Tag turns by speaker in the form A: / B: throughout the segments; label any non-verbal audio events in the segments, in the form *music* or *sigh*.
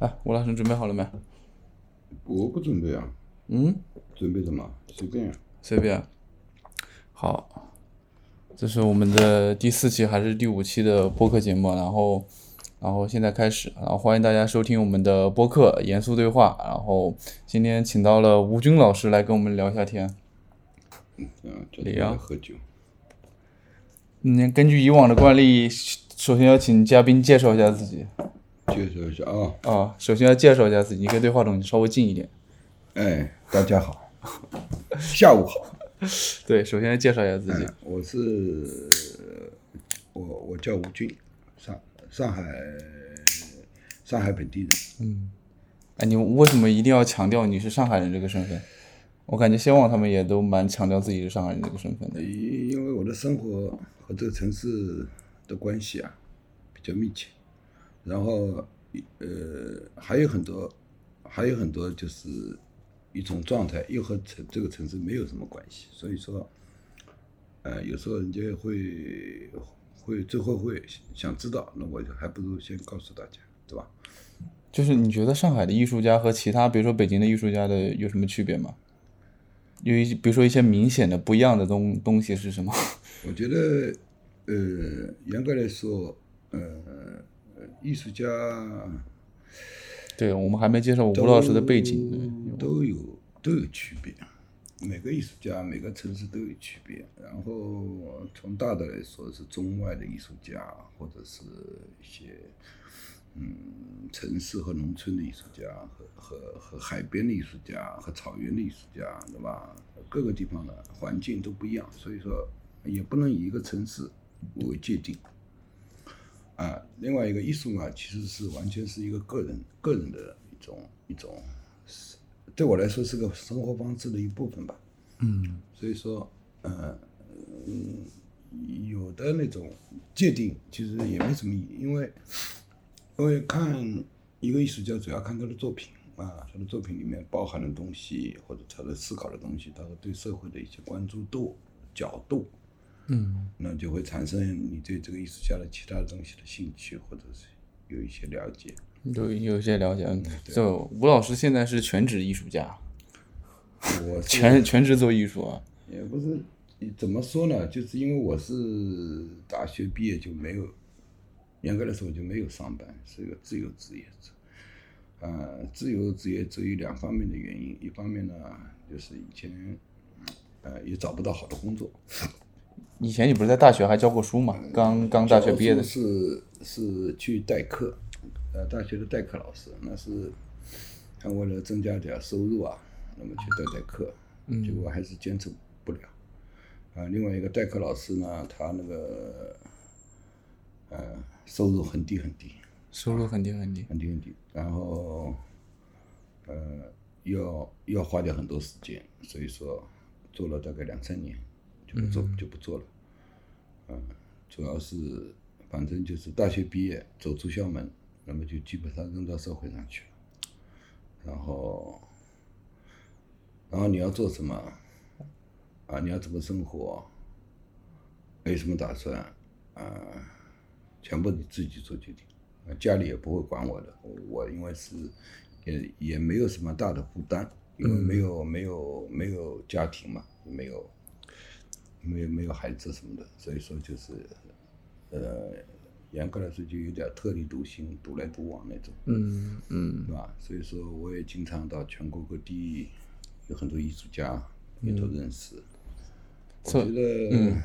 A: 哎，吴老师，你准备好了没？
B: 我不准备啊，
A: 嗯，
B: 准备什么？随便啊。
A: 随便。好，这是我们的第四期还是第五期的播客节目，然后，然后现在开始，然后欢迎大家收听我们的播客《严肃对话》，然后今天请到了吴军老师来跟我们聊一下天。
B: 嗯，就
A: 李
B: 是
A: 阳
B: 喝酒。
A: 嗯，根据以往的惯例，首先要请嘉宾介绍一下自己
B: 介绍一下啊，
A: 啊，首先要介绍一下自己，你可以对话筒稍微近一点。
B: 哎，大家好， *laughs* 下午好。
A: 对，首先要介绍一下自己。
B: 嗯我是我我叫吴军，上上海上海本地人。
A: 哎，你为什么一定要强调你是上海人这个身份？我感觉先王他们也都蛮强调自己是上海人这个身份的。
B: 因因为我的生活和这个城市的关系啊比较密切，然后呃还有很多，还有很多就是一种状态，又和城这个城市没有什么关系，所以说，呃有时候人家会会最后会想知道，那我就还不如先告诉大家，对吧？
A: 就是你觉得上海的艺术家和其他，比如说北京的艺术家的有什么区别吗？有一些，比如说一些明显的不一样的东东西是什么？ *laughs*
B: 我觉得，呃，严格来说，呃，呃艺术家。
A: 对我们还没介绍吴老师的背景。对
B: 都有都有区别，每个艺术家每个城市都有区别。然后从大的来说是中外的艺术家，或者是一些嗯城市和农村的艺术家，和和和海边的艺术家，和草原的艺术家，对吧？各个地方的环境都不一样，所以说也不能以一个城市为界定。啊，另外一个艺术嘛，其实是完全是一个个人个人的一种一种，是对我来说是个生活方式的一部分吧。嗯，所以说，呃，嗯，有的那种界定其实也没什么意义，因为因为看一个艺术家主要看他的作品啊，他的作品里面包含的东西或者他的思考的东西，他对社会的一些关注度角度，那就会产生你对这个艺术家的其他的东西的兴趣，或者是有一些了解。
A: 有有一些了解，嗯就吴老师现在是全职艺术家，
B: 我是
A: 全全职做艺术啊。
B: 也不是怎么说呢，就是因为我是大学毕业就没有，严格来说我就没有上班，是一个自由职业者。呃，自由职业者有两方面的原因，一方面呢就是以前呃也找不到好的工作，
A: 以前你不是在大学还教过书嘛？刚刚大学毕业的
B: 教
A: 时
B: 书是是去代课，呃，大学的代课老师，那是他为了增加点收入啊，那么去代代课，
A: 嗯
B: 结果还是坚持不了。啊、另外一个代课老师呢，他那个呃收入很低很低，
A: 候收入很低很低。
B: 很低很低，然后呃要要花掉很多时间，所以说做了大概两三年就不做、就不做了。呃主要是反正就是大学毕业走出校门，那么就基本上扔到社会上去了。然后，然后你要做什么？啊，你要怎么生活？有什么打算？啊，全部你自己做决定。啊，家里也不会管我的，我因为是也也没有什么大的负担，因
A: 嗯
B: 为没有、没有没有家庭嘛，没有没有没有孩子什么的，所以说就是，呃，严格来说就有点特立独行、独来独往那种，
A: 嗯嗯
B: 是吧？所以说我也经常到全国各地，有很多艺术家也
A: 嗯
B: 都认识。我
A: 所
B: 觉得，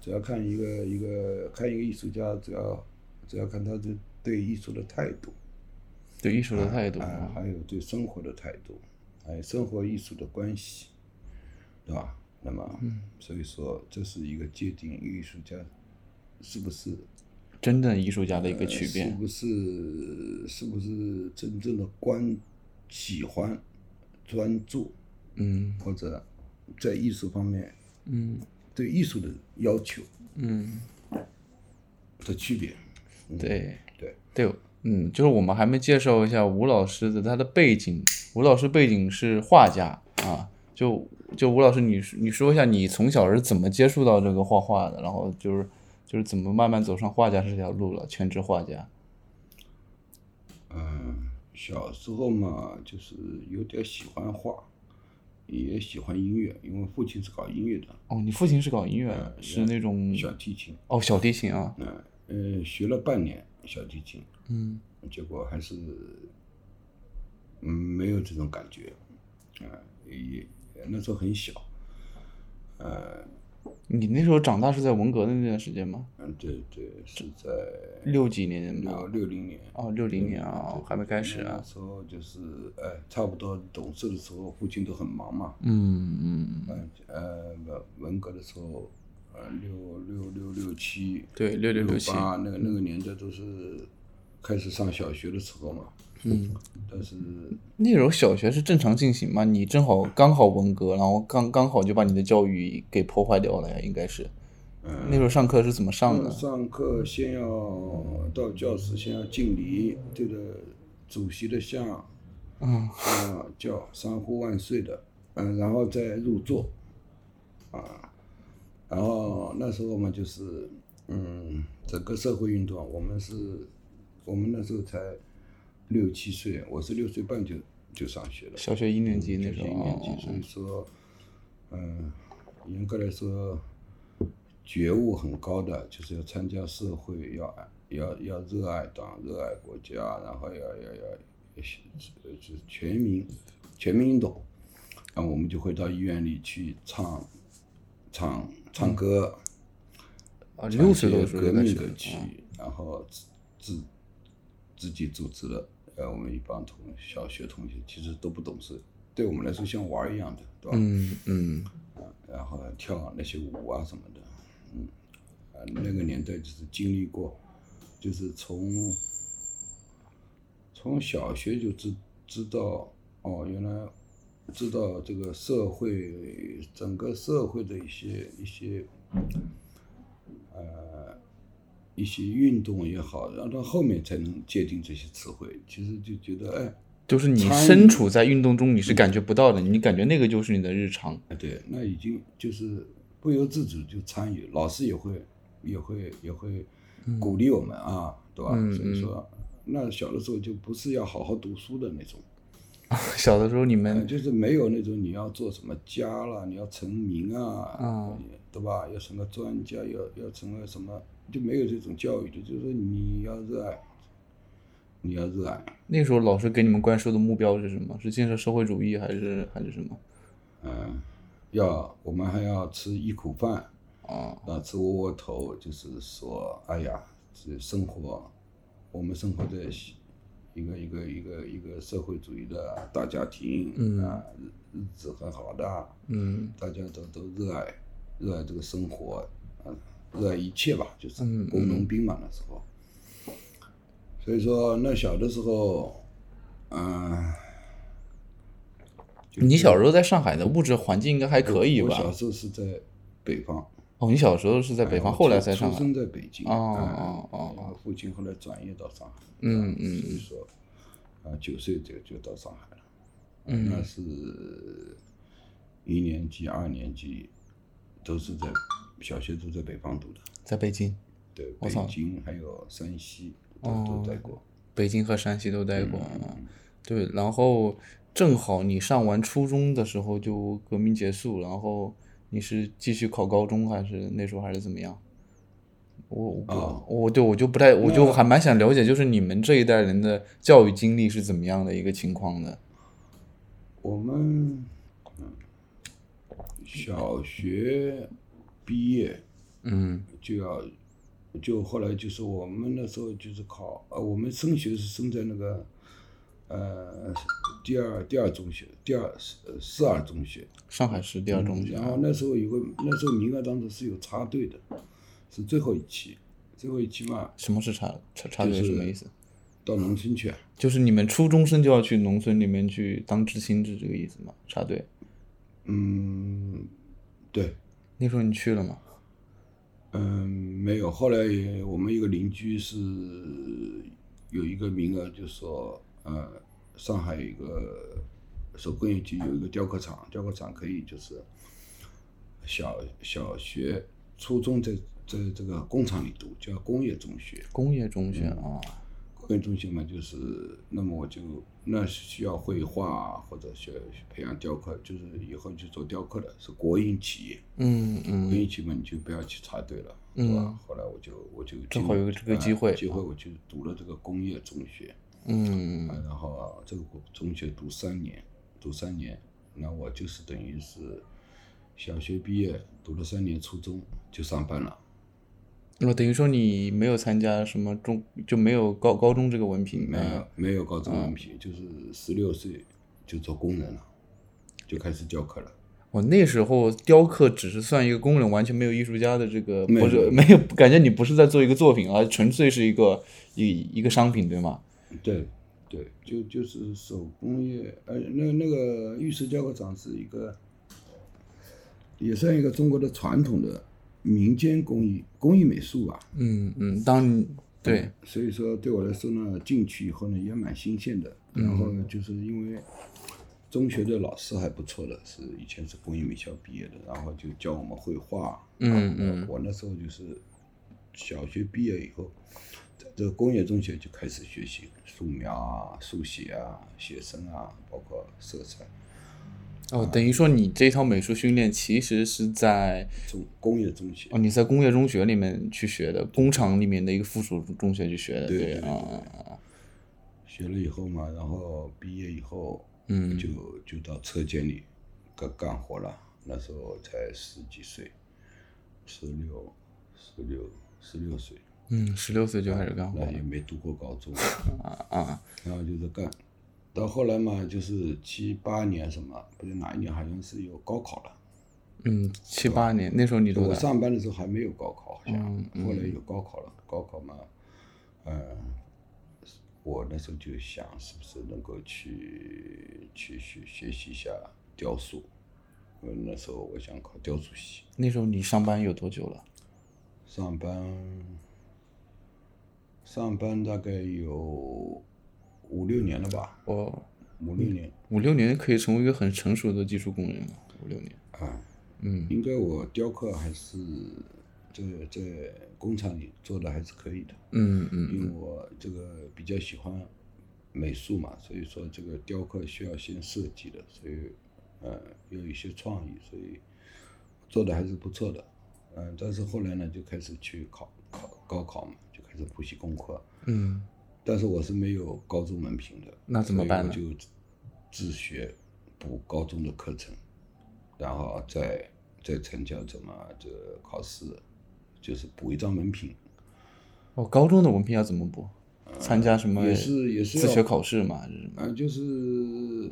B: 只要看一个一个看一个艺术家，只要只要看他对对艺术的态度，
A: 对艺术的态度。
B: 啊，还有对生活的态度，还有生活艺术的关系，对吧？那么，所以说这是一个界定艺术家是不是
A: 真正艺术家的一个区
B: 是
A: 别。
B: 不是是不是真正的关喜欢专注
A: 嗯
B: 或者在艺术方面
A: 嗯
B: 对艺术的要求
A: 嗯，
B: 的区别？
A: 对
B: 对，
A: 对，嗯，就是我们还没介绍一下吴老师的他的背景。吴老师背景是画家啊，就就吴老师你，你说一下你从小是怎么接触到这个画画的，然后就是就是怎么慢慢走上画家这条路了，全职画家。
B: 嗯，小时候嘛，就是有点喜欢画，也喜欢音乐，因为父亲是搞音乐的，
A: 哦，你父亲是搞音乐，
B: 嗯
A: 是那种
B: 小提琴，
A: 哦小提琴啊，
B: 嗯，呃，学了半年小提琴，
A: 嗯，
B: 结果还是，嗯，没有这种感觉，啊、也那时候很小，呃，
A: 你那时候长大是在文革的那段时间吗？
B: 嗯，对对，是在
A: 六几年
B: 六
A: 吗？
B: 六零年，
A: 哦，六零年啊
B: 对，
A: 还没开始
B: 那
A: 啊。
B: 时候就是，哎，差不多懂事的时候，父亲都很忙嘛，
A: 嗯嗯，
B: 嗯，呃，文文革的时候，呃，六六六六七，
A: 对，六六七，
B: 八那个那个年代都是开始上小学的时候嘛，
A: 嗯，
B: 但是
A: 那时候小学是正常进行吗？你正好刚好文革，然后刚刚好就把你的教育给破坏掉了呀，应该是。那时候上课是怎么上的？
B: 嗯上课先要到教室，先要敬礼，对着主席的像，啊、
A: 嗯，
B: 叫三呼万岁的，嗯、然后再入座，啊，然后那时候嘛就是，嗯，整个社会运动，啊我们是，我们那时候才六七岁，我是六岁半就就上学了，
A: 小学一年级那
B: 就
A: 时
B: 是
A: 候
B: 一
A: 啊
B: 年，级，所以说，嗯，严格来说，觉悟很高的，就是要参加社会，要爱，要要热爱党，热爱国家，然后要要要，要是就是全民全民运动，然后我们就会到医院里去唱唱
A: 嗯
B: 唱歌，
A: 啊，
B: 唱
A: 六
B: 一
A: 岁多
B: 些
A: 的时候
B: 革
A: 就开
B: 命
A: 始
B: 歌
A: 了
B: 曲
A: 啊，
B: 然后自自自己组织了，呃，我们一帮同小学同学其实都不懂事，对我们来说像玩儿一样的，对吧？
A: 嗯嗯，
B: 然后跳那些舞啊什么的，嗯，啊，那个年代就是经历过，就是从从小学就知知道哦，原来知道这个社会整个社会的一些一些呃一些运动也好，然后到后面才能界定这些词汇，其实就觉得哎。
A: 就是你
B: 参与
A: 身处在运动中，你是感觉不到的，你感觉那个就是你的日常。 *laughs*
B: 啊，对，那已经就是不由自主就参与，老师也会也会也会鼓励我们啊，对吧？
A: 嗯
B: 所以
A: 嗯
B: 说，那小的时候就不是要好好读书的那种，
A: 小的时候你
B: 呃
A: 们
B: 就是没有那种你要做什么家啦，你要成名啊，
A: 嗯
B: 对吧？要成个专家，要要成为什么，就没有这种教育的，就是说你要热爱，你要热爱，
A: 那时候老师给你们灌输的目标是什么？是建设社会主义还是还是什么？
B: 嗯，要我们还要吃一口饭，
A: 啊，
B: 啊，吃窝窝头，就是说，哎呀，这生活，我们生活在一个一个一个一个社会主义的大家庭，
A: 嗯
B: 啊，日日子很好的，
A: 嗯
B: 大家都都热爱热爱这个生活，啊，热爱一切吧，就是
A: 嗯
B: 工农兵嘛那时候。所以说，那小的时候，嗯、就
A: 你
B: 是
A: 小时候在上海的物质环境应该还可以
B: 我
A: 吧？
B: 小时候是在北方。
A: 哦，你小时候是在北
B: 哎
A: 方，
B: 我
A: 后来
B: 出
A: 才上
B: 出
A: 海。
B: 生在北京，
A: 哦
B: 哎
A: 哦哦
B: 然后父亲后来转业到上海，
A: 嗯
B: 啊
A: 嗯
B: 所以说，啊，九岁就就到上海了，啊
A: 嗯
B: 那是一年级、二年级都是在小学都在北方读的，
A: 在北京，
B: 对，
A: 我
B: 北
A: 操
B: 京还有山西都
A: 哦
B: 都待过，
A: 北京和山西都待过
B: 嗯
A: 啊。对，然后正好你上完初中的时候就革命结束，然后你是继续考高中还是那时候还是怎么样？我我不、
B: 哦
A: 我对我就不太，我就还蛮想了解，就是你们这一代人的教育经历是怎么样的一个情况的？
B: 我们嗯小学毕业
A: 嗯
B: 就要，就后来就是我们那时候就是考，呃，我们升学是升在那个，呃，第二第二中学，第二呃四二中学，，
A: 上海市第二中学
B: 然
A: 啊，
B: 后那时候有个那时候名额当中是有插队的，是最后一期，最后一期嘛，
A: 什么是插插插队
B: 就是
A: 什么意思？
B: 到农村去啊，
A: 就是你们初中生就要去农村里面去当知青是这个意思吗？插队
B: 嗯，对，
A: 那时候你去了吗？
B: 嗯，没有。后来也我们一个邻居是有一个名额，就说呃，上海有一个手工业局有一个雕刻厂，雕刻厂可以就是小小学、初中在在这个工厂里读，叫工业中学。嗯
A: 工业中学啊、
B: 更中心嘛，就是那么我就那是需要绘画或者需要培养雕刻，就是以后去做雕刻的，是国营企业，
A: 嗯
B: 国
A: 嗯
B: 营企业嘛你就不要去插队了，
A: 嗯
B: 对吧？后来我就我就
A: 正好有这个机会
B: 啊机会我去读了这个工业中学，
A: 嗯
B: 啊，然后啊这个中学读三年，读三年，那我就是等于是小学毕业读了三年初中就上班了。
A: 那哦么等于说你没有参加什么中，就没有高高中这个文凭，
B: 没有
A: 嗯，
B: 没有高中文凭，就是十六岁就做工人了，就开始教课了。
A: 我哦那时候雕刻只是算一个工人，完全没有艺术家的这个，
B: 没有
A: 不是没有感觉你不是在做一个作品，而纯粹是一个一一个商品，对吗？
B: 对，对，就就是手工业，呃，那那个玉石雕刻厂是一个，也算一个中国的传统的民间工艺工艺美术吧。
A: 嗯嗯，当对，
B: 所以说对我来说呢，进去以后呢也蛮新鲜的。然后就是因为中学的老师还不错的，是以前是工艺美校毕业的，然后就教我们绘画。
A: 嗯嗯
B: 我那时候就是小学毕业以后，在这个工业中学就开始学习素描啊、速写啊、写生啊，包括色彩。
A: 哦，等于说你这套美术训练其实是在
B: 中工业中学
A: 哦，你在工业中学里面去学的，工厂里面的一个附属中学去学的，
B: 对
A: 对
B: 对对
A: 啊啊啊
B: 学了以后嘛，然后毕业以后，
A: 嗯
B: 就就到车间里干干活了。那时候才十几岁，十六、十六、十六岁，
A: 嗯，十六岁就开始干活
B: 那
A: 了
B: 也没读过高中。
A: 啊啊，
B: 然后就是干，到后来嘛，就是七八年什么，不是哪一年好像是有高考了。
A: 嗯，七八年那时候你多
B: 我
A: 大？
B: 上班的时候还没有高考，好像、
A: 嗯嗯
B: 后来有高考了。高考嘛，呃，我那时候就想是不是能够去去去学习一下雕塑，因为那时候我想考雕塑系。
A: 那时候你上班有多久了？
B: 上班，上班大概有五六年了吧，
A: 我
B: 五
A: 嗯
B: 六年。
A: 五六年可以成为一个很成熟的技术工人了，五六年。
B: 啊，
A: 嗯
B: 应该我雕刻还是在在工厂里做的还是可以的，
A: 嗯嗯
B: 因为我这个比较喜欢美术嘛，所以说这个雕刻需要先设计的，所以呃要有一些创意，所以做的还是不错的。嗯、但是后来呢，就开始去考考高考嘛，就开始补习功课。
A: 嗯，
B: 但是我是没有高中文凭的，
A: 那怎么办呢
B: 所以我就自学补高中的课程，然后再再参加怎么这考试，就是补一张文凭，
A: 我、哦高中的文凭要怎么补？参加什么？
B: 也是也是
A: 自
B: 要
A: 学考试嘛，还是什么？
B: 啊，就是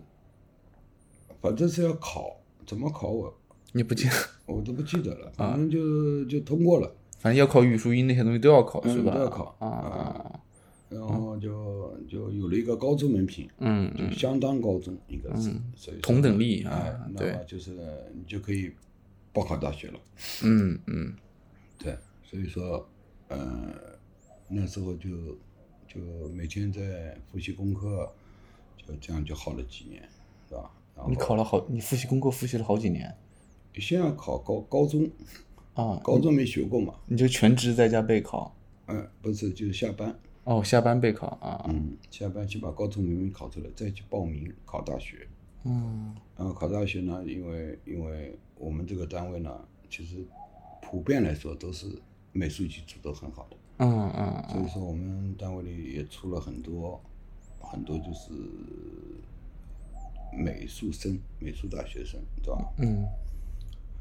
B: 反正是要考，怎么考我
A: 你不记得？
B: 我都不记得了，反
A: 啊
B: 正就就通过了，
A: 反正要考语数英那些东西都要考，是
B: 嗯
A: 吧？
B: 都要考
A: 啊
B: 啊
A: 啊，
B: 然后就就有了一个高中文凭，
A: 嗯
B: 就相当高中应该是，所以说
A: 同等力
B: 哎
A: 啊，
B: 那
A: 对
B: 么就是你就可以报考大学了。
A: 嗯嗯
B: 对，所以说，呃，那时候就就每天在复习功课，就这样就耗了几年，是吧？然后
A: 你考了好，你复习功课复习了好几年
B: 先要考高高中，
A: 啊，
B: 高中没学过嘛，
A: 你就全职在家备考。
B: 嗯、不是就是下班，
A: 哦，下班备考啊，
B: 嗯，下班先把高中明明考出来，再去报名考大学。
A: 嗯
B: 然后考大学呢，因为因为我们这个单位呢，其实普遍来说都是美术基础都很好的。
A: 嗯嗯
B: 所以说我们单位里也出了很多很多就是美术生、美术大学生，对吧？
A: 嗯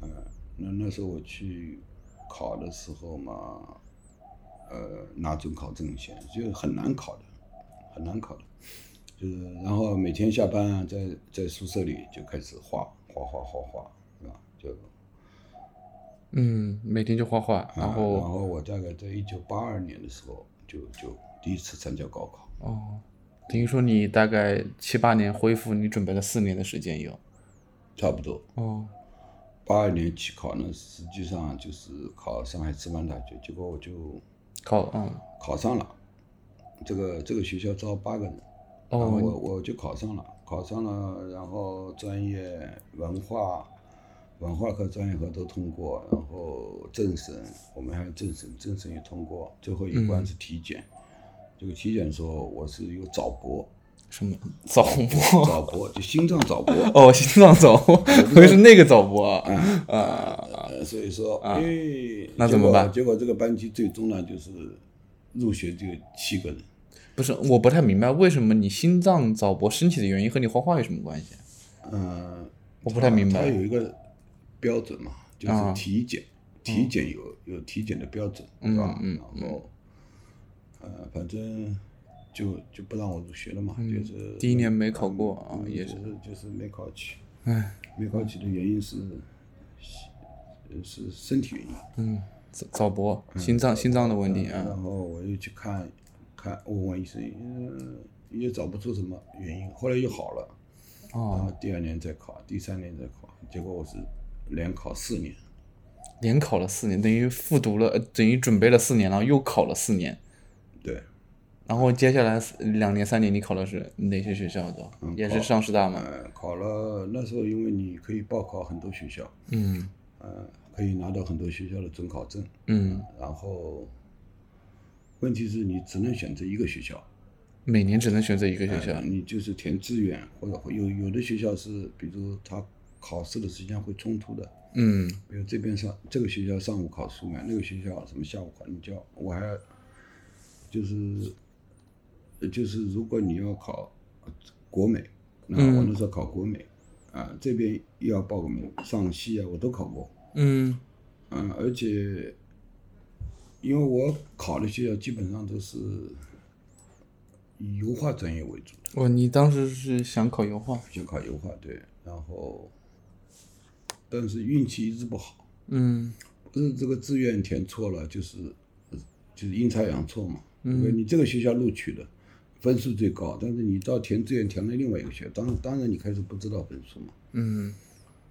B: 呃那那时候我去考的时候嘛，呃，拿准考证先，就很难考的，很难考的。就是然后每天下班啊在在宿舍里就开始画画画画画，对吧？就
A: 嗯，每天就画画，然
B: 啊、然
A: 后
B: 后我大概在一九八二年的时候就就第一次参加高考。
A: 哦，等于说你大概七八年恢复，你准备了四年的时间有。
B: 差不多，
A: 哦，
B: 八二年去考呢，实际上就是考上海师范大学，结果我就
A: 考嗯
B: 考上了。这个这个学校招八个人，然后
A: 哦
B: 我我就考上了，考上了，然后专业文化文化课专业课都通过，然
A: 嗯
B: 后政审我们还有政审，政审也通过，最后一关是体检，这个起点说我是有早搏，
A: 什么早搏？，
B: 早搏就心脏早搏
A: *laughs* 哦，心脏早搏，我以为是那个早搏啊。
B: 嗯呃所以说，哎，
A: 那
B: 结
A: 怎么
B: 果
A: 办
B: 结果这个班级最终呢，就是入学就七个人，
A: 不是，我不太明白为什么你心脏早搏升起的原因和你画画有什么关系？
B: 嗯，
A: 我不太明白
B: 它有一个标准嘛，就
A: 啊
B: 是体检，体检有有体检的标准，是吧？
A: 嗯
B: 然后，呃，反正就就不让我入学了嘛，就是
A: 嗯第一年没考过啊，
B: 嗯
A: 也，
B: 就是就是没考取，
A: 唉，
B: 没考取的原因是呃是身体原因，
A: 嗯，早早搏，
B: 嗯
A: 心脏心脏的问题啊。
B: 然后我又去看看问问医生，嗯，也找不出什么原因，后来又好了。然
A: 哦，
B: 后第二年再考，第三年再考，结果我是连考四年，
A: 连考了四年，等于复读了，呃等于准备了四年，然后又考了四年，
B: 对，
A: 然后接下来四两年三年你考的是哪些学校的？
B: 嗯
A: 也是上师大嘛。
B: 呃，考了那时候因为你可以报考很多学校，
A: 嗯
B: 呃，可以拿到很多学校的准考证，
A: 嗯，
B: 然后问题是你只能选择一个学校，
A: 每年只能选择一个学校
B: 呃。你就是填志愿或者会有有的学校是，比如他考试的时间会冲突的，
A: 嗯
B: 比如这边上这个学校上午考素描，那个学校什么下午考，你就要我还要就是呃就是如果你要考国美，那我那时候考国美、啊，这边又要报个名，上戏啊我都考过，
A: 嗯
B: 嗯、而且因为我考的学校基本上都是以油画专业为主的，
A: 哇，你当时是想考油画？
B: 想考油画对，然后但是运气一直不好。
A: 嗯
B: 不是这个志愿填错了，就是呃就是阴差阳错嘛。嗯，你这个学校录取了，分数最高，但是你到填志愿填了另外一个学校，当当然你开始不知道分数嘛。
A: 嗯，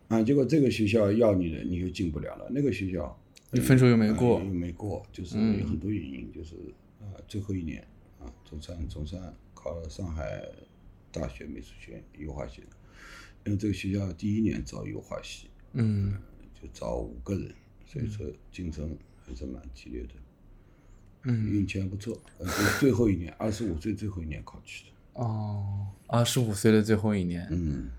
B: 啊，结果这个学校要你的，你又进不了了；那个学校
A: 你分数又没
B: 呃
A: 过嗯
B: 又。没过，就是有很多原因，就是啊、最后一年啊，总算总算考了上海大学美术学院油画系，因为这个学校第一年招油画系，
A: 嗯
B: 就招五个人，所以说竞争还是蛮激烈的，
A: 嗯
B: 运气还不错。呃，就最后一年，二十五岁最后一年考取的。
A: 哦，二十五岁的最后一年，
B: 嗯，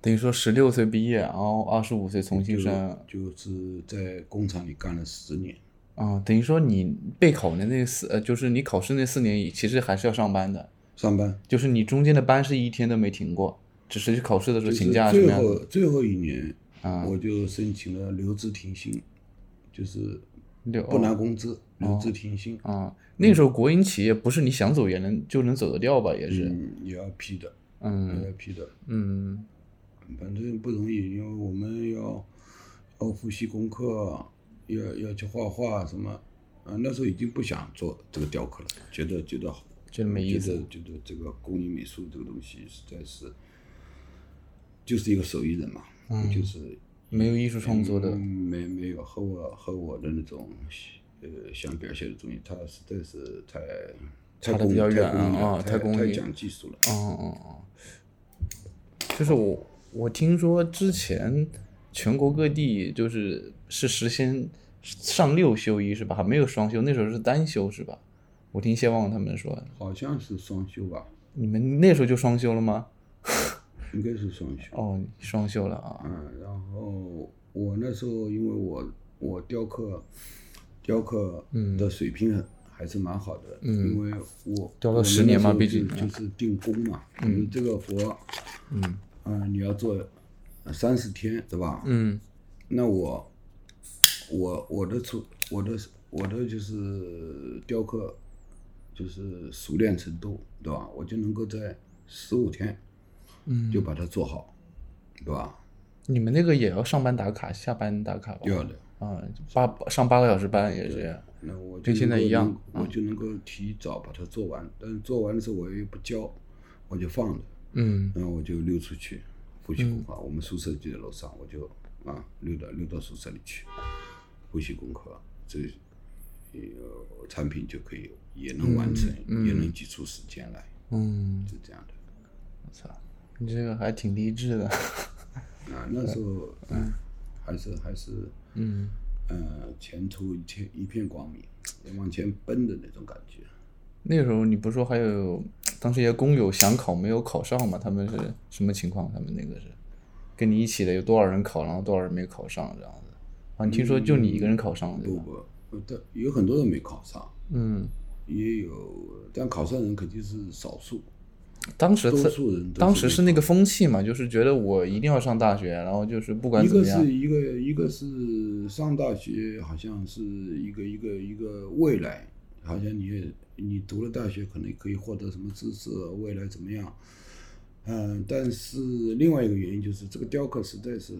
A: 等于说十六岁毕业，然后二十五岁重新
B: 就
A: 升。
B: 就是在工厂里干了十年，
A: 啊、等于说你备考的那四，呃，就是你考试那四年，其实还是要上班的，
B: 上班。
A: 就是你中间的班是一天都没停过，只是去考试的时候
B: 就是
A: 请假什么
B: 最
A: 样
B: 后
A: 的。
B: 最后一年，
A: 啊
B: 我就申请了留职停薪，就是
A: 六
B: 不嗯拿工资，留职停薪。
A: 啊，哦那个时候国营企业不是你想走也能就能走得掉吧？也是，
B: 嗯，也要批的，也
A: 嗯
B: 要批的。
A: 嗯
B: 反正不容易，因为我们要要复习功课，要要去画画什么，啊，那时候已经不想做这个雕刻了，觉得觉得
A: 觉得没意思
B: 觉得觉得这个工艺美术这个东西实在是就是一个手艺人嘛，就是
A: 没有艺术嗯创作的，
B: 嗯没没有和我和我的那种呃想表现的东西，他实在是太
A: 差
B: 太
A: 得
B: 工
A: 比较
B: 太
A: 远
B: 工
A: 啊
B: 艺了
A: 啊太
B: 太
A: 工
B: 太
A: 艺
B: 讲技术了，
A: 嗯嗯嗯，就是我我听说之前全国各地就是是实行上六休一是吧？还没有双休，那时候是单休是吧？我听谢旺他们说，
B: 好像是双休吧，
A: 你们那时候就双休了吗？
B: 应该是双休。
A: 哦，双休了啊，
B: 嗯，然后我那时候因为我我雕刻雕刻的水平很还是蛮好的，
A: 嗯
B: 因为我
A: 雕了
B: 我们
A: 10年嘛
B: 那时候
A: 毕竟啊
B: 就就是定工嘛，嗯，这个佛，
A: 嗯
B: 嗯，你要做三十天，对吧？
A: 嗯
B: 那我我我的出我的我的就是雕刻就是熟练程度，对吧？我就能够在十五天
A: 嗯，
B: 就把它做好，对吧？
A: 你们那个也要上班打卡，下班打卡吧？
B: 要的。
A: 啊、八上八个小时班也是这样。
B: 那我就
A: 跟现在
B: 能够
A: 一样嗯
B: 能我就能够提早把它做完。但是做完的时候我又不交，我就放着，
A: 嗯
B: 然后我就溜出去复习功课。我们宿舍就在楼上，我就啊溜到溜到宿舍里去复习功课，这呃产品就可以也能完成，也能挤出时间来，
A: 嗯，
B: 是这样的。
A: 我操，你这个还挺励志的。 *laughs*
B: 啊，那时候嗯还是还是
A: 嗯。
B: 呃前途一片一片光明，往前奔的那种感觉。
A: 那时候你不是说还有当时一些工友想考没有考上嘛？他们是什么情况？他们那个是跟你一起的有多少人考，然后多少人没考上这样子？啊，你听说就你一个人考上了、对
B: 不
A: 吧？
B: 不，呃但有很多人没考上，
A: 嗯，
B: 也有，但考上人肯定是少数，
A: 当时
B: 多
A: 他
B: 数人都
A: 当
B: 是
A: 时
B: 没
A: 是那个风气嘛，就是觉得我一定要上大学，然后就是不管
B: 一
A: 怎
B: 个
A: 么样
B: 是，一个一个是上大学，好像是一个一个一个未来，好像你也你读了大学可能可以获得什么知识，未来怎么样？嗯，但是另外一个原因就是这个雕刻实在是，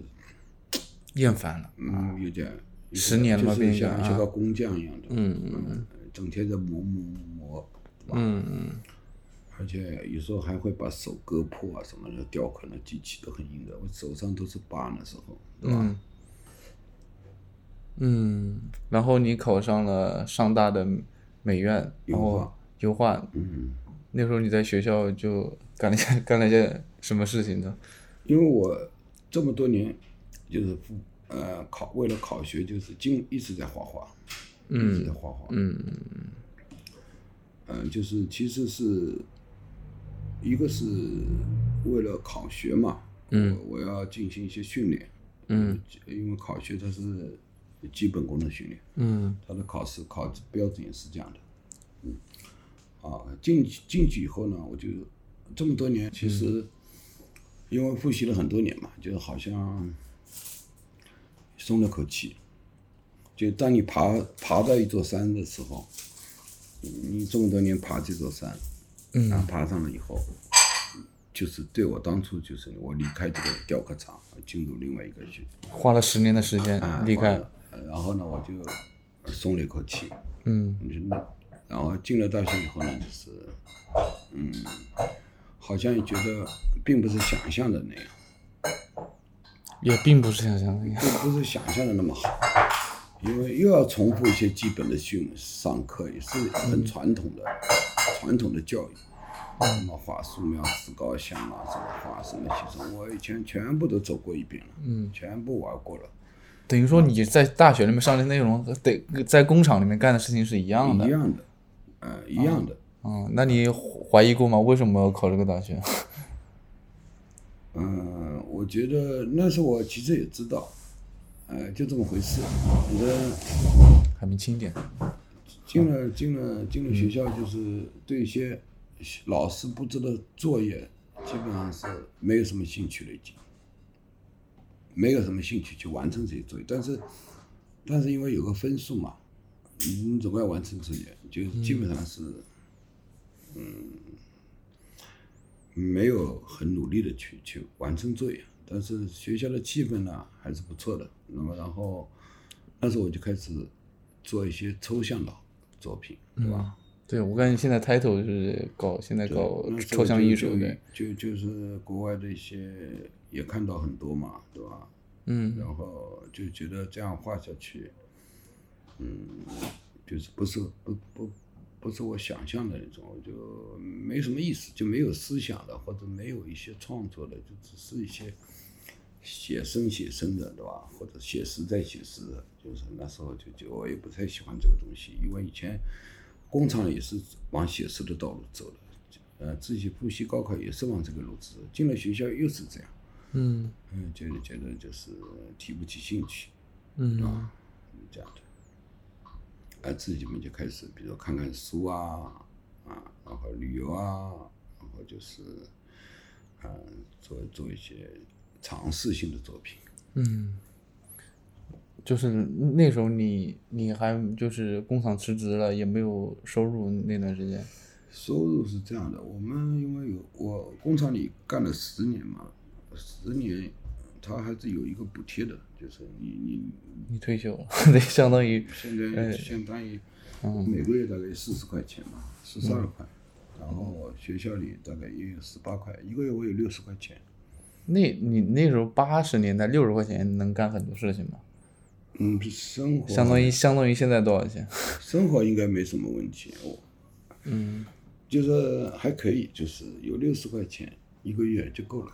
A: 厌烦了。
B: 嗯，有点有
A: 啊十
B: 点
A: 年了
B: 就
A: 嘛
B: 是
A: 变成
B: 像
A: 啊
B: 像个工匠一样的，
A: 嗯嗯
B: 嗯，整天在磨磨磨，
A: 嗯嗯，
B: 而且有时候还会把手割破啊什么的，雕刻那机器都很硬的，我手上都是疤那时候，对吧？
A: 嗯嗯，然后你考上了上大的美院，然
B: 油
A: 后
B: 画
A: 油画，
B: 嗯
A: 那时候你在学校就干了一些 *laughs* 干了一些什么事情呢？
B: 因为我这么多年就是不呃考为了考学，就是经一直在画画，一直在画画，
A: 嗯
B: 嗯、就是其实是一个是为了考学嘛，
A: 嗯
B: 我，我要进行一些训练，
A: 嗯
B: 因为考学它是基本功的训练，
A: 嗯
B: 它的考试考标准也是这样的，嗯，啊，进去进去以后呢，我就这么多年，其实因为复习了很多年嘛，就好像松了口气。就当你爬爬到一座山的时候，你这么多年爬这座山，
A: 嗯
B: 啊，爬上了以后，就是对我当初就是我离开这个雕刻厂，进入另外一个学
A: 花了十年的时间
B: 啊，
A: 离开
B: 完，了呃然后呢，我就呃松了一口气，
A: 嗯
B: 你知道然后进了大学以后呢，就是，嗯，好像也觉得并不是想象的那样，
A: 也并不是想象的那样。
B: 并不是想象的那么好，因为又要重复一些基本的训上课，也是很传统的、传统的教育，什么画素描、石膏像啊，什么画什么系统，我以前全部都走过一遍了，嗯，全部玩过了。
A: 等于说
B: 嗯
A: 你在大学里面上的内容和得在工厂里面干的事情是一样的
B: 一。样的，呃，一样的，
A: 嗯，那你怀疑过吗？为什么要考这个大学？ *laughs*
B: 嗯，我觉得那时候我其实也知道，呃，就这么回事。反正
A: 还没轻一点。
B: 进了进了进了学校，就是对一些老师布置的作业，基本上是没有什么兴趣了，已经没有什么兴趣去完成这些作业。但是，但是因为有个分数嘛，你总要完成作业，就基本上是，嗯，没有很努力的去去完成作业。但是学校的气氛呢还是不错的。那么然后，那时候我就开始做一些抽象的作品，
A: 嗯
B: 对吧？
A: 对，我感觉现在 title 就是搞现在搞
B: 那时
A: 抽
B: 候
A: 象艺
B: 就
A: 术的。
B: 就就是国外的一些也看到很多嘛，对吧？
A: 嗯
B: 然后就觉得这样画下去，嗯，就是不是不不不是我想象的那种，我就没什么意思，就没有思想的，或者没有一些创作的，就只是一些写生写生的，对吧？或者写实在写实的，就是那时候就就我也不太喜欢这个东西，因为以前工厂也是往写实的道路走的。呃，自己复习高考也是往这个路子走，进了学校又是这样，
A: 嗯
B: 嗯，觉得觉得就是提不起兴趣，啊
A: 嗯
B: 这样的。啊，自己们就开始，比如说看看书啊，啊，然后旅游啊，然后就是，嗯、做做一些尝试性的作品。
A: 嗯，就是那时候你你还就是工厂辞职了，也没有收入那段时间。
B: 收入是这样的，我们因为有我工厂里干了十年嘛，十年，他还是有一个补贴的，就是你你
A: 你退休了， *laughs* 对，相当于
B: 现
A: 哎
B: 在相当于
A: 嗯
B: 每个月大概四十块钱嘛，四十二块，然后学校里大概也有十八块，一个月我有六十块钱。
A: 那你那时候八十年代六十块钱能干很多事情吗？
B: 嗯，生活
A: 相当于相当于现在多少钱？
B: 生活应该没什么问题，我
A: 嗯
B: 就是还可以，就是有六十块钱一个月就够了。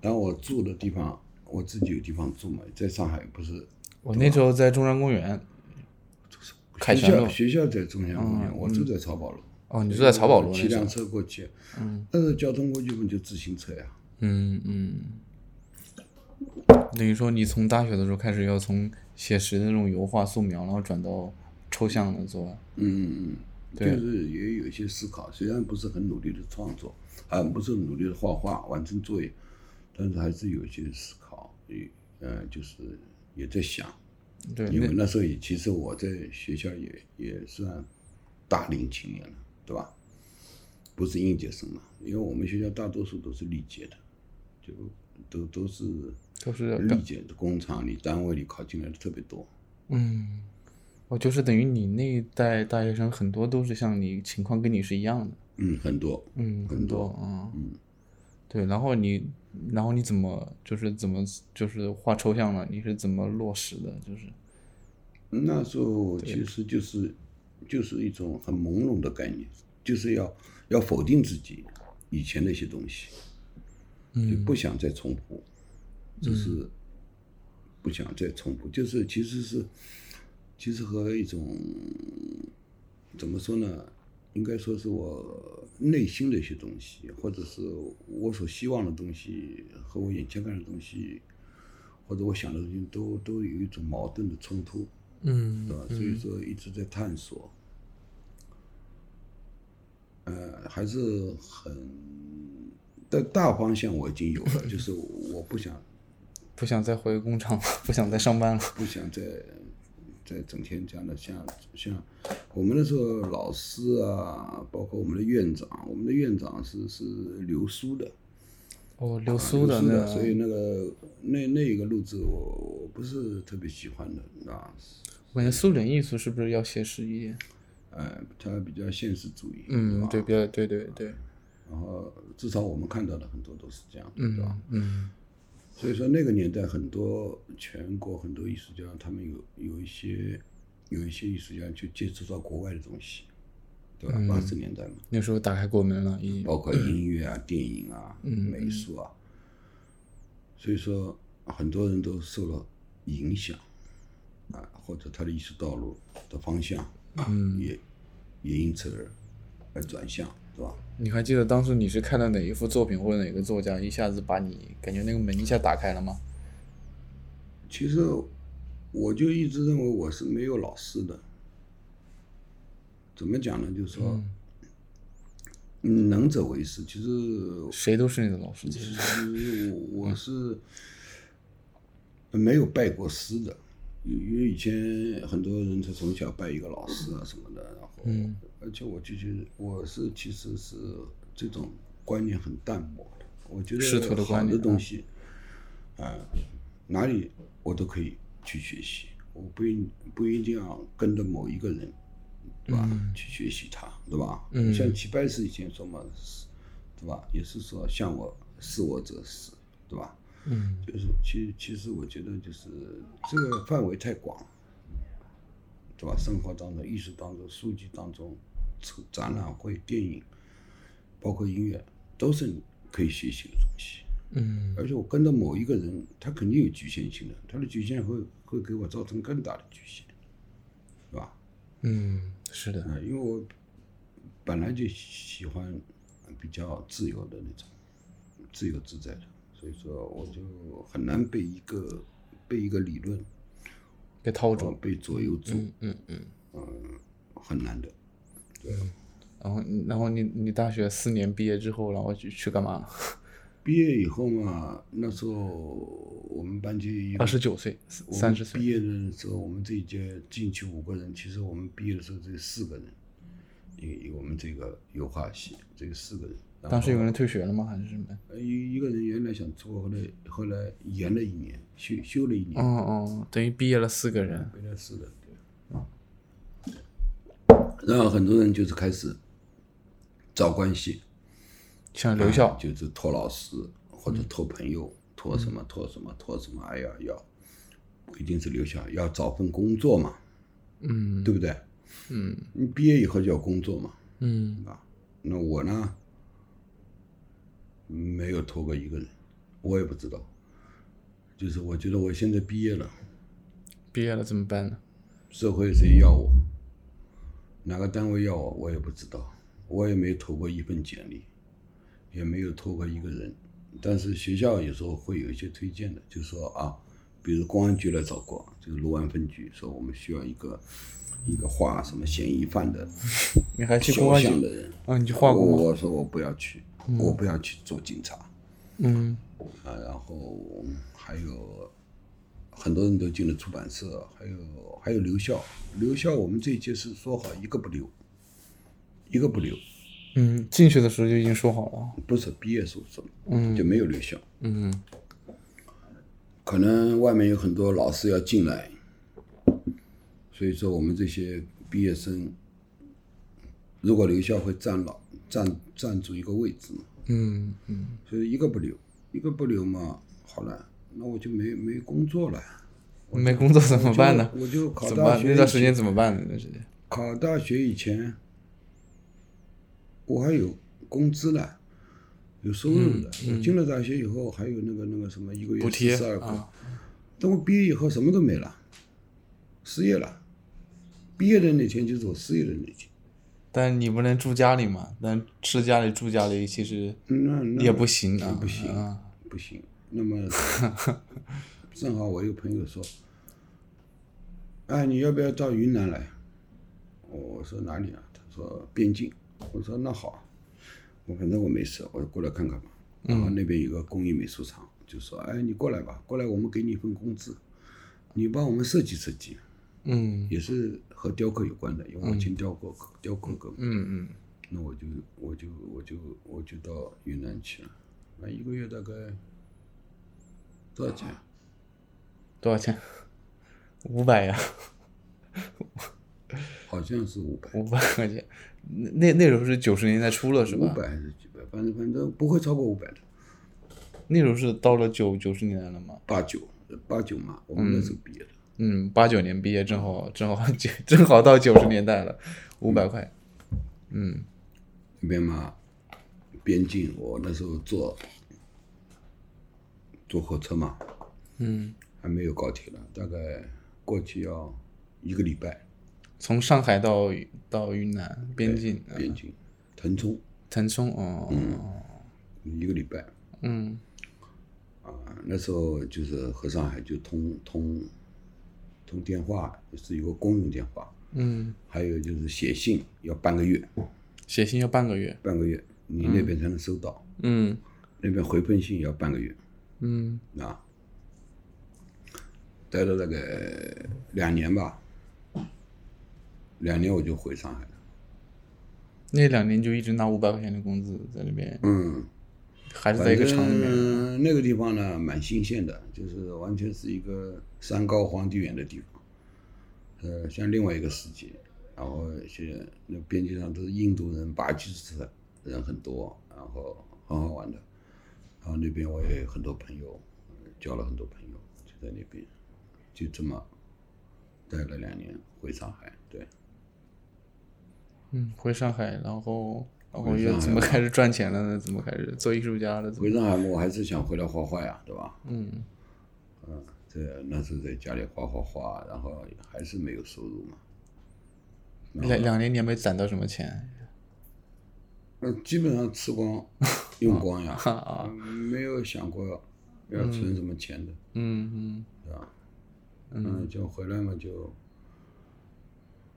B: 然后我住的地方，我自己有地方住嘛，在上海不是
A: 我那时候在中山公园，凯
B: 学
A: 旋路
B: 校学校在中山公园，我住在漕宝路。
A: 哦，你住在漕宝路那
B: 骑
A: 是
B: 辆
A: 吧？
B: 车过去。嗯，那时候交通工具不就自行车呀？
A: 嗯嗯。等于说你从大学的时候开始要从写实的那种油画素描，然后转到抽象的做了。
B: 嗯，就
A: 对
B: 是也有一些思考，虽然不是很努力的创作，还不是努力的画画完成作业，但是还是有一些思考，也呃，就是也在想，
A: 对，
B: 因为
A: 那
B: 那时候也其实我在学校也也算大龄青年了，对吧？不是应届生了，因为我们学校大多数都是历届的，就都都是
A: 都是
B: 历届的工厂里、单位里考进来的特别多。
A: 嗯，我就是等于你那一代大学生很多都是像你情况跟你是一样的。
B: 嗯，很多，
A: 嗯，很
B: 很
A: 多
B: 多
A: 啊，嗯，对，然后你，然后你怎么就是怎么就是画抽象了？你是怎么落实的？就是，
B: 那时候其实就是就是一种很朦胧的概念，就是要要否定自己以前的一些东西，就
A: 嗯
B: 不想再重复，就是不想再重复，就是其实是其实和一种怎么说呢？应该说是我内心的一些东西，或者是我所希望的东西和我眼前看的东西，或者我想的东西都都有一种矛盾的冲突。
A: 嗯
B: 对吧？所以说一直在探索，呃，还是很，但大方向我已经有
A: *laughs*
B: 了，就是我不想
A: 不想再回工厂了，不想再上班了。
B: 不想再再整天这样的像像我们那时候老师啊，包括我们的院长，我们的院长是是留苏的，
A: 哦，流苏
B: 苏
A: 的那
B: 啊的，所以那个那那个路子我我不是特别喜欢的啊，
A: 我感觉苏联艺术是不是要写实一点？
B: 呃，他比较现实主义，
A: 嗯，
B: 吧
A: 对，比较对对对，
B: 然后至少我们看到的很多都是这样的，对吧？
A: 嗯嗯
B: 所以说那个年代，很多全国很多艺术家，他们有有一些有一些艺术家就接触到国外的东西，对
A: 嗯
B: 吧？八十、年代嘛，
A: 那时候打开国门了，已经
B: 包括音乐啊、电影啊、
A: 嗯
B: 美术啊，所以说很多人都受了影响啊，或者他的艺术道路的方向，嗯，也也因此而而转向，对吧？
A: 你还记得当时你是看到哪一幅作品或者哪个作家，一下子把你感觉那个门一下打开了吗？
B: 其实我就一直认为我是没有老师的。怎么讲呢？就是说，
A: 嗯
B: 嗯，能者为师。其实，
A: 谁都是你的老师，其
B: 其
A: 实。
B: 实我我是没有拜过师的，因为以前很多人他从小拜一个老师啊什么的，然后，
A: 嗯
B: 而且我就觉得我是其实是这种观念很淡漠的。我觉得
A: 师徒的观
B: 好
A: 念
B: 的
A: 啊
B: 东西，呃哪里我都可以去学习，我不一不一定要跟着某一个人，对吧？去学习他，对吧？
A: 嗯
B: 像齐白石以前说嘛，是对吧？也是说向我是我者死，对吧？
A: 嗯
B: 就是其其实我觉得就是这个范围太广，对吧？生活当中、艺术当中、书籍当中、出展览会、电影，包括音乐，都是你可以学习的东西。
A: 嗯
B: 而且我跟着某一个人，他肯定有局限性的，他的局限会会给我造成更大的局限，是吧？
A: 嗯，是的。
B: 嗯，因为我本来就喜欢比较自由的那种，自由自在的，所以说我就很难被一个被一个理论
A: 被套住
B: 呃。被左右住，
A: 嗯嗯。
B: 很难的。
A: 然后你，然后你，你大学四年毕业之后，然后去去干嘛了？
B: 毕业以后嘛，那时候我们班级有
A: 二十九岁，
B: 我
A: 三
B: 们
A: 十岁。
B: 毕业的时候，我们这一届进去五个人，其实我们毕业的时候只有四个人，有有我们这个油画系只有四个人。然后
A: 当时有人退学了吗？还是什么？
B: 呃一一个人原来想做，后来后来延了一年，休休了一年，
A: 哦哦，等于毕业了四个人。
B: 回来是的，对。然后很多人就是开始找关系，啊
A: 想留校。
B: 就是托老师或者托朋友，托什么托什么托什么，哎呀要，不一定是留校，要找份工作嘛，
A: 嗯
B: 对不对？
A: 嗯
B: 你毕业以后就要工作嘛，
A: 嗯
B: 啊，那我呢，没有拖过一个人，我也不知道，就是我觉得我现在毕业了，
A: 毕业了怎么办呢？
B: 社会谁要我，哪个单位要我，我也不知道，我也没投过一份简历，也没有投过一个人。但是学校有时候会有一些推荐的，就说啊，比如公安局来找过，就是六安分局说我们需要一个一个画什么嫌疑犯的
A: 你还去公
B: 肖
A: 安
B: 像的
A: 局？
B: 人。
A: 啊，你去画过吗？
B: 我我说我不要去，我不要去做警察
A: 嗯
B: 啊。然后还有很多人都进了出版社，还有还有留校，留校我们这一届是说好一个不留，一个不留，
A: 嗯，进去的时候就已经说好了。啊
B: 不是毕业时候说
A: 嗯
B: 就没有留校。
A: 嗯
B: 可能外面有很多老师要进来，所以说我们这些毕业生如果留校会占老占占住一个位置嘛，
A: 嗯嗯
B: 所以一个不留，一个不留嘛，好了，那我就没没工作了，
A: *laughs* 没工作怎么办呢？
B: 我就我就考
A: 怎么
B: 大
A: 办？
B: 学
A: 那
B: 以
A: 段时
B: 前，
A: 间怎么办呢？那是
B: 考大学以前，我还有工资呢。有收入的，我进了大学以后还有那个那个什么一个月
A: 嗯补贴
B: 十二块，
A: 啊，
B: 等我毕业以后什么都没了，失业了。毕业的那天就是我失业的那天。
A: 但你不能住家里嘛，但吃家里住家里其实
B: 那那
A: 也不行啊，
B: 嗯不行
A: 啊
B: 不行。那么正好我一个朋友说，哎，你要不要到云南来？我说哪里啊？他说边境。我说那好，啊我反正我没事，我就过来看看吧。然后那边有个工艺美术厂，就说哎你过来吧，过来我们给你一份工资，你帮我们设计设计。
A: 嗯
B: 也是和雕刻有关的，因为我以前雕刻、雕刻过。
A: 嗯嗯，
B: 那我就我就我就我就到云南去了，那一个月大概多少钱？啊
A: 多少钱？ *laughs* 五百呀， *laughs*
B: 好像是五百，
A: 五百块钱。那那那时候是九十年代初了是
B: 五
A: 吧？
B: 百还是几百？反正反正不会超过五百的，
A: 那时候是到了九九十年代了嘛？
B: 八九八九嘛，我们那时候毕业的。
A: 嗯，八九年毕业，正好正好 *laughs* 九正好到九十年代了，五百块。嗯
B: 那边嘛，边境我那时候坐坐火车嘛，
A: 嗯，
B: 还没有高铁了，大概过去要一个礼拜
A: 从上海到到云南边境，啊
B: 边境，嗯腾冲
A: 腾冲哦，哦
B: 一个礼拜。
A: 嗯
B: 啊，那时候就是和上海就通通通电话，就是有个公用电话，
A: 嗯，
B: 还有就是写信要半个月，
A: 写信要半个月。
B: 半个月你那边才能收到，
A: 嗯
B: 那边回封信要半个月
A: 嗯
B: 啊，待了大概两年吧，两年我就回上海了。
A: 那两年就一直拿五百块钱的工资在那边，
B: 嗯，
A: 还是
B: 反
A: 在一个厂里面。
B: 正那个地方呢，蛮新鲜的，就是完全是一个山高皇帝远的地方，呃，像另外一个世界。然后是那边界上都是印度人、巴基斯坦人很多，然后很好玩的。然后那边我也有很多朋友，呃交了很多朋友，就在那边，就这么待了两年，回上海。对，
A: 嗯，回上海，然后然后
B: 回上
A: 又
B: 海
A: 怎么
B: 了
A: 开始赚钱了呢？怎么开始做艺术家了？怎么
B: 回上海我还是想回来画画呀，对吧？
A: 嗯
B: 嗯，这那时候在家里画画画，然后还是没有收入嘛。
A: 两两年你也没攒到什么
B: *laughs*
A: 钱，
B: 嗯，基本上吃光用光呀，
A: 啊
B: 嗯没有想过要存什么钱的，
A: 嗯
B: 对吧？嗯，就回来嘛，就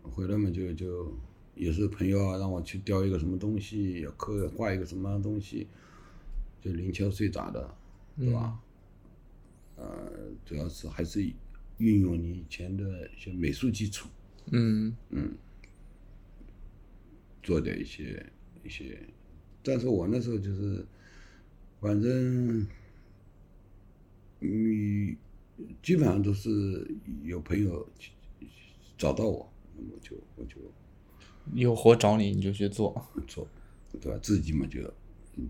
B: 回来嘛，就就也是朋友啊，让我去雕一个什么东西，要刻画一个什么东西，就零敲碎打的，对吧？呃，主要是还是运用你以前的一些美术基础，
A: 嗯嗯
B: 做的一些一些，但是我那时候就是，反正，嗯，基本上都是有朋友去去找到我，那么我就我就
A: 有活找你你就去做，
B: 做，对吧？自己嘛就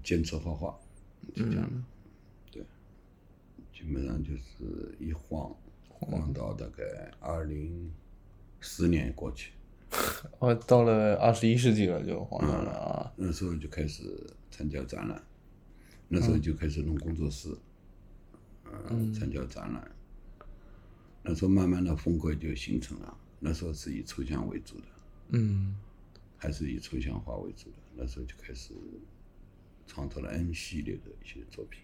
B: 坚持画画，就这样的，对，基本上就是一晃晃到大概二零十年过去，
A: 哦，到了二十一世纪了就黄了啊，
B: 那时候就开始参加展览，那时候就开始弄工作室，嗯，参加展览。那时候慢慢的风格就形成了，那时候是以抽象为主的，
A: 嗯
B: 还是以抽象画为主的。那时候就开始创作了 N 系列的一些作品，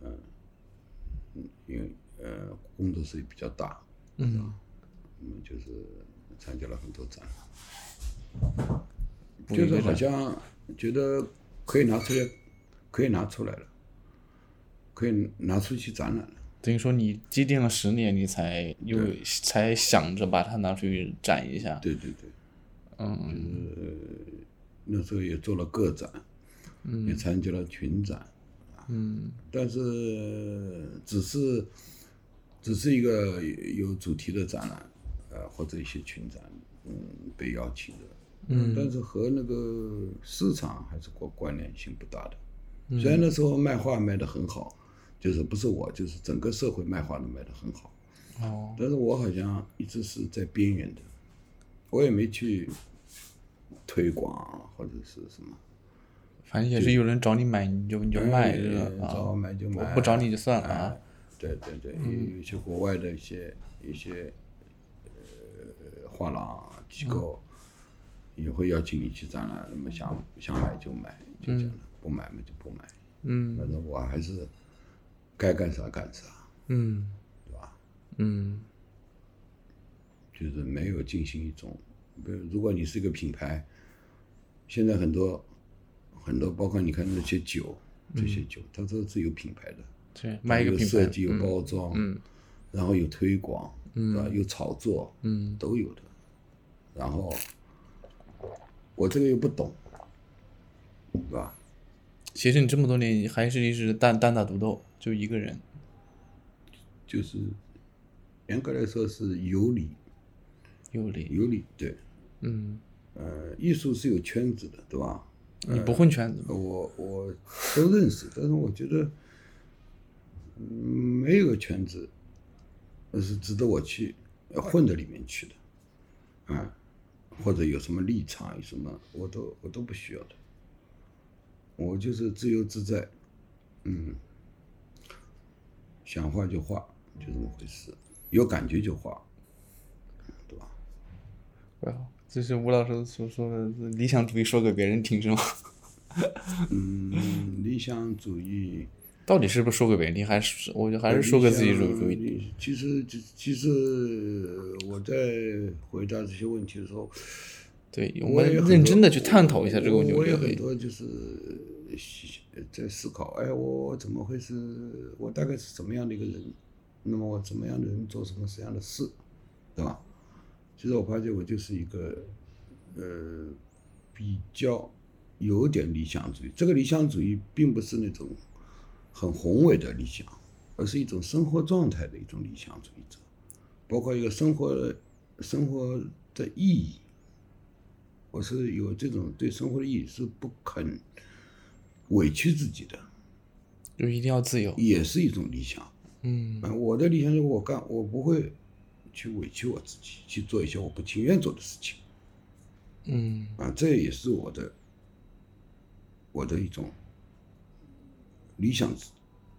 B: 嗯，嗯，因为呃工作室也比较大，
C: 嗯，
B: 嗯，就是参加了很多展览。
A: 不
B: 就
A: 一
B: 是
A: 个
B: 好
A: 展
B: 像觉得可以拿出来，可以拿出来了，可以拿出去展览了。
A: 等于说你积淀了十年，你才又才想着把它拿出去展一下。
B: 对对对，
A: 嗯，
B: 那时候也做了个展，也参加了群展，
C: 嗯，
B: 但是只是只是一个有主题的展览，呃，或者一些群展，嗯，被邀请的。
C: 嗯
B: 但是和那个市场还是关关联性不大的。
C: 嗯
B: 虽然那时候卖画卖得很好，就是不是我，就是整个社会卖画都卖得很好，
A: 哦，
B: 但是我好像一直是在边缘的，我也没去推广啊或者是什么。
A: 反正也是有人找你买，你就你就卖
B: 哎
A: 这个
B: 找我
A: 啊，
B: 买就
A: 不
B: 买，
A: 不找你就嗯算了
B: 哎
A: 啊。
B: 对对对，有有些国外的一些一些呃画廊机构
A: 嗯
B: 也会邀请你去展览，那么想想买就买，就
A: 嗯
B: 这样了，不买嘛就不买。
C: 嗯
B: 反正我还是该干啥干啥，
C: 嗯
B: 哎对吧？
C: 嗯
B: 就是没有进行一种，比如如果你是一个品牌，现在很多很多，包括你看那些酒，这些酒，它都是有品牌的。
A: 对，嗯卖一个
B: 有
A: 品
B: 设
A: 牌，嗯
B: 计，
C: 嗯
B: 有包装，然后有推广，嗯，吧？有炒作，嗯，都有的。然后我这个又不懂，对吧？
A: 其实你这么多年还是一直单单打独斗，就一个人。
B: 就是严格来说是有理，
A: 有理，
B: 有理，对，
C: 嗯
B: 呃，艺术是有圈子的，对吧？
A: 你不混圈子吗？
B: 我我都认识，但是我觉得，嗯，没有个圈子是值得我去呃混到里面去的，啊、或者有什么立场，有什么我都我都不需要的，我就是自由自在，嗯，想画就画，就这么回事，有感觉就画，对吧？
A: 对啊，就是吴老师所说的理想主义，说给别人听是吗？
B: *laughs* 嗯，理想主义。
A: 到底是不是说给别人听，还是我觉得还是说给自己主
B: 呃
A: 主义？
B: 义。其实，其其实呃我在回答这些问题的时候，
A: 对，我
B: 我
A: 们
B: 也很
A: 认
B: 多
A: 真的去探讨一下这个问题，
B: 我
A: 我
B: 我
A: 觉
B: 也
A: 得可
B: 很
A: 以。
B: 多就是呃在思考，哎，我怎么会是我大概是怎么样的一个人？那么我怎么样的人做什么什么样的事，对吧？其实我发现我就是一个呃比较有点理想主义。这个理想主义并不是那种很宏伟的理想，而是一种生活状态的一种理想主义者，包括一个生活的生活的意义。我是有这种对生活的意义，是不肯委屈自己的，
A: 就一定要自由。
B: 也是一种理想。
C: 嗯
B: 嗯，我的理想是我干，我不会去委屈我自己，去做一些我不情愿做的事情。
C: 嗯
B: 啊，这也是我的我的一种理想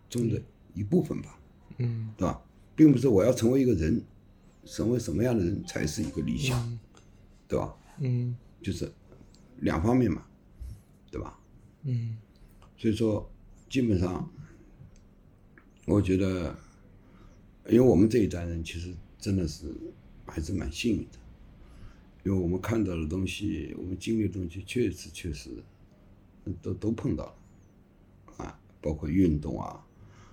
B: 中的一部分吧，
C: 嗯
B: 对吧？并不是我要成为一个人，成为什么样的人才是一个理想，对吧？
C: 嗯
B: 就是两方面嘛，对吧？
C: 嗯
B: 所以说，基本上，我觉得，因为我们这一代人其实真的是还是蛮幸运的，因为我们看到的东西，我们经历的东西，确实确实嗯都都碰到了，啊，包括运动啊、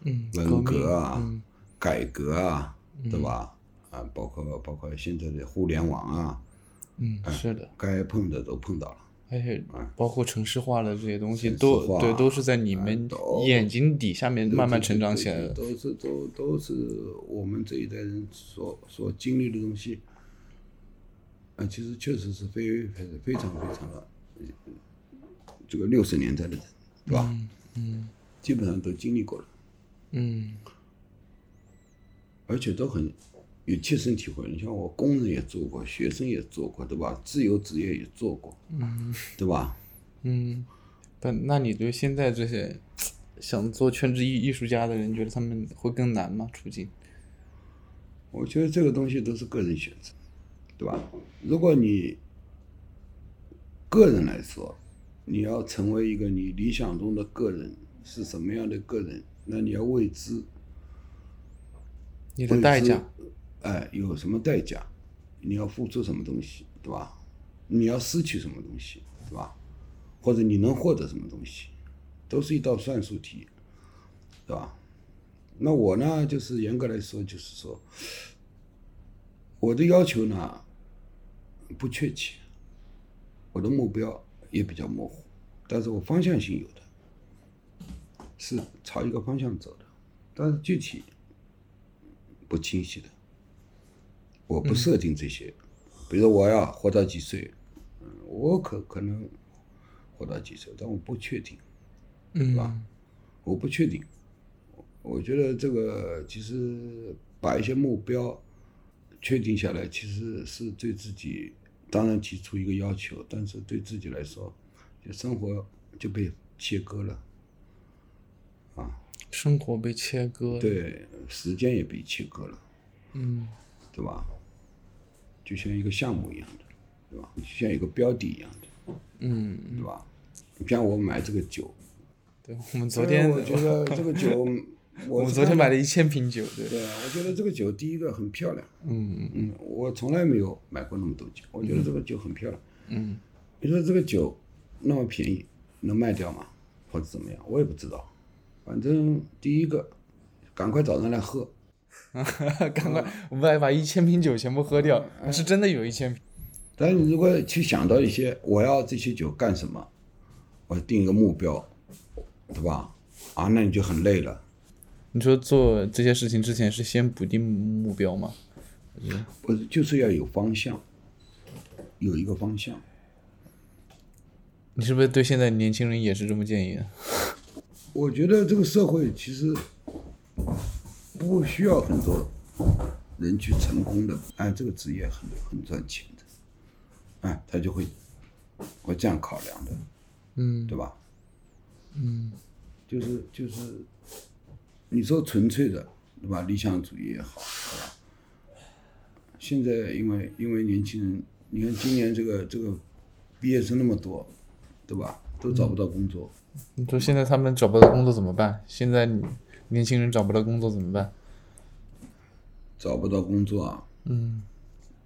C: 嗯，
B: 文革啊、
C: 嗯
B: 改革啊，对吧？啊，包括包括现在的互联网啊，
C: 嗯
A: 是的，
B: 该碰的都碰到了。
A: 而且
B: 啊
A: 包括城市化的这些东西
B: 城市
A: 都，
B: 化
A: 对，都是在你们
B: 啊都
A: 眼睛底下面
B: 对
A: 慢慢
B: 对
A: 成
B: 对
A: 长
B: 对
A: 起来
B: 对
A: 的。
B: 都是都都是我们这一代人所所经历的东西，啊，其实确实是非非非常非常的，呃这个六十年代的人，对吧？嗯，基本上都经历过了，
C: 嗯
B: 而且都很有切身体会。你像我工人也做过，学生也做过，对吧？自由职业也做过，嗯，对吧？
C: 嗯
A: 但那你对现在这些想做全职艺艺术家的人，你觉得他们会更难吗？处境？
B: 我觉得这个东西都是个人选择，对吧？如果你个人来说，你要成为一个你理想中的个人是什么样的个人，那你要为之
C: 你的代价，
B: 哎，有什么代价？你要付出什么东西，对吧？你要失去什么东西，对吧？或者你能获得什么东西，都是一道算术题，对吧？那我呢，就是严格来说，就是说，我的要求呢不确切，我的目标也比较模糊，但是我方向性有的，是朝一个方向走的，但是具体不清晰的。我不设定这些，比如说我要活到几岁，嗯，我可可能活到几岁，但我不确定，
C: 嗯
B: 我不确定。我觉得这个其实把一些目标确定下来，其实是对自己，当然提出一个要求，但是对自己来说，就生活就被切割了。
C: 生活被切割，，
B: 对，时间也被切割了，
C: 嗯
B: 对吧？就像一个项目一样的，对吧？就像一个标的一样的，
C: 嗯，
B: 对吧？你像我买这个酒，
C: 对我们昨天，
B: 我
C: *laughs*
B: 觉得这个酒，
C: 我
B: 我
C: 们
B: 是
C: 昨天
B: 看
C: 买
B: 了，
C: 了一千瓶酒，对，
B: 对，我觉得这个酒第一个很漂亮，
C: 嗯
B: 嗯，我从来没有买过那么多酒，我觉得这个酒很漂亮。
C: 嗯
B: 你说这个酒那么便宜，能卖掉吗？或者怎么样？我也不知道。反正第一个，赶快找人来喝，嗯
A: *laughs*
C: 赶快，我们来把一千瓶酒全部喝掉，是真的有一千瓶，
B: 但是你如果去想到一些我要这些酒干什么，我定一个目标，对吧？啊，那你就很累了。
A: 你说做这些事情之前是先不定目标吗？
B: 不是，就是要有方向，有一个方向。
A: 你是不是对现在年轻人也是这么建议的？啊
B: 我觉得这个社会其实不需要很多人去成功的，哎，这个职业很很赚钱的，哎，他就会会这样考量的，
C: 嗯
B: 对吧？嗯，就是就是，你说纯粹的，对吧？理想主义也好，对吧？现在因为因为年轻人，你看今年这个这个毕业生那么多，对吧？都找不到工作。
A: 你说现在他们找不到工作怎么办？现在你年轻人找不到工作怎么办？
B: 找不到工作啊，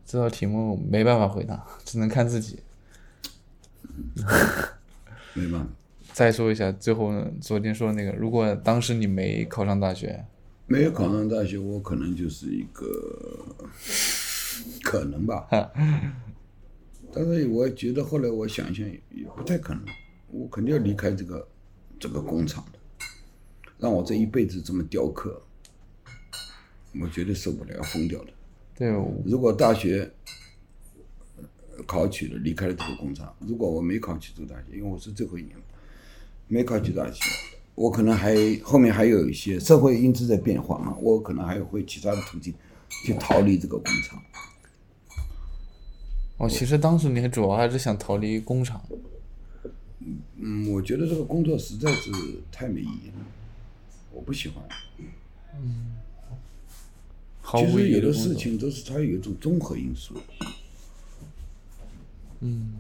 A: 这道题目没办法回答，只能看自己。
B: 没办法，
A: 再说一下，最后呢昨天说的那个，如果当时你没考上大学，
B: 没有考上大学，我可能就是一个可能吧。但是我觉得后来我想想也也不太可能，我肯定要离开这个这个工厂的，让我这一辈子这么雕刻，我绝对受不了，要疯掉的。
A: 对，我
B: 如果大学呃考取了，离开了这个工厂，如果我没考取这个大学，因为我是最后一年嘛，没考取大学，我可能还后面还有一些社会因素在变化嘛，我可能还有会其他的途径去逃离这个工厂。
A: 我哦其实当时你还主要还是想逃离工厂，
B: 嗯，我觉得这个工作实在是太没意义了，我不喜欢。
A: 毫
B: 其
A: 无
B: 实
A: 意义
B: 有的
A: 工
B: 事
A: 作。
B: 情都是它有一种综合因素。嗯。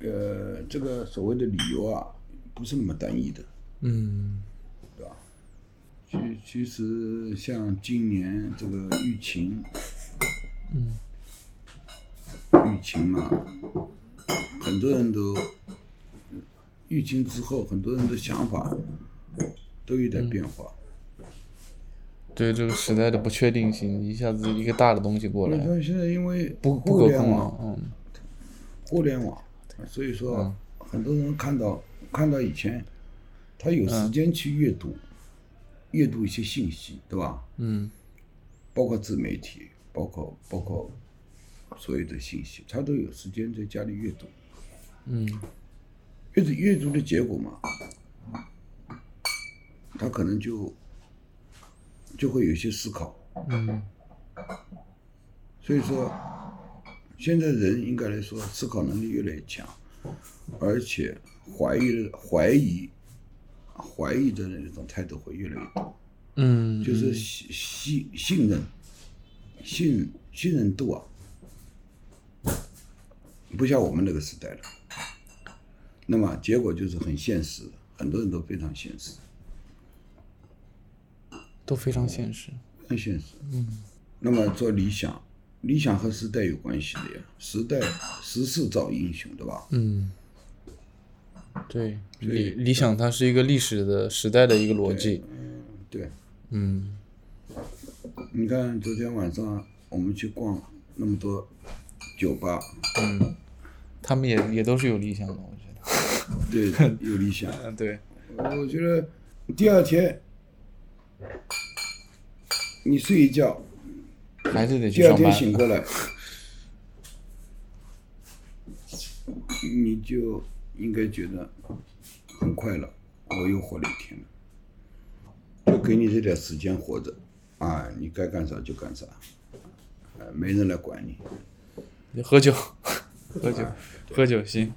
B: 呃，这个所谓的理由啊，不是那么单一的。
C: 嗯
B: 其其实像今年这个疫情，嗯，疫情嘛，很多人都疫情之后，很多人的想法都有点变化。
A: 对这个时代的不确定性，一下子一个大的东西过
B: 你
A: 来，
B: 看现在因为
A: 嗯
B: 啊
A: 不不
B: 互
A: 可
B: 联
A: 控
B: 网
A: 了，，嗯，
B: 互联网，所以说很多人看到看到以前，他有时间去阅读，阅读一些信息，对吧？
A: 嗯，
B: 包括自媒体，包括包括所有的信息，他都有时间在家里阅读。嗯，阅读阅读的结果嘛，他可能就就会有一些思考。嗯，所以说，现在人应该来说思考能力越来越强，而且怀疑的怀疑怀疑的那种态度会越来越多。
A: 嗯，
B: 就是信信信任，信信任度啊，不像我们那个时代了。那么结果就是很现实，很多人都非常现实，
A: 都非
B: 嗯
A: 常现实。
B: 很现实。嗯。那么做理想，理想和时代有关系的呀，时代时势造英雄，对吧？
A: 嗯，对，
B: 所
A: 理
B: 以
A: 理想它是一个历史的时代的一个逻辑。
B: 对。
A: 嗯，
B: 你看昨天晚上我们去逛那么多酒吧，
A: 他们也也都是有理想的，我觉得。 *laughs*
B: 对，有理想。
A: 嗯，对，
B: 我觉得第二天你睡一觉，
A: 还是得去
B: 第二
A: 上
B: 天
A: 班。
B: 醒过来，你就应该觉得很快乐，我又活了一天了。就给你这点时间活着，啊，你该干啥就干啥，啊呃，没人来管你。
A: *laughs* 喝酒，喝酒，喝酒行。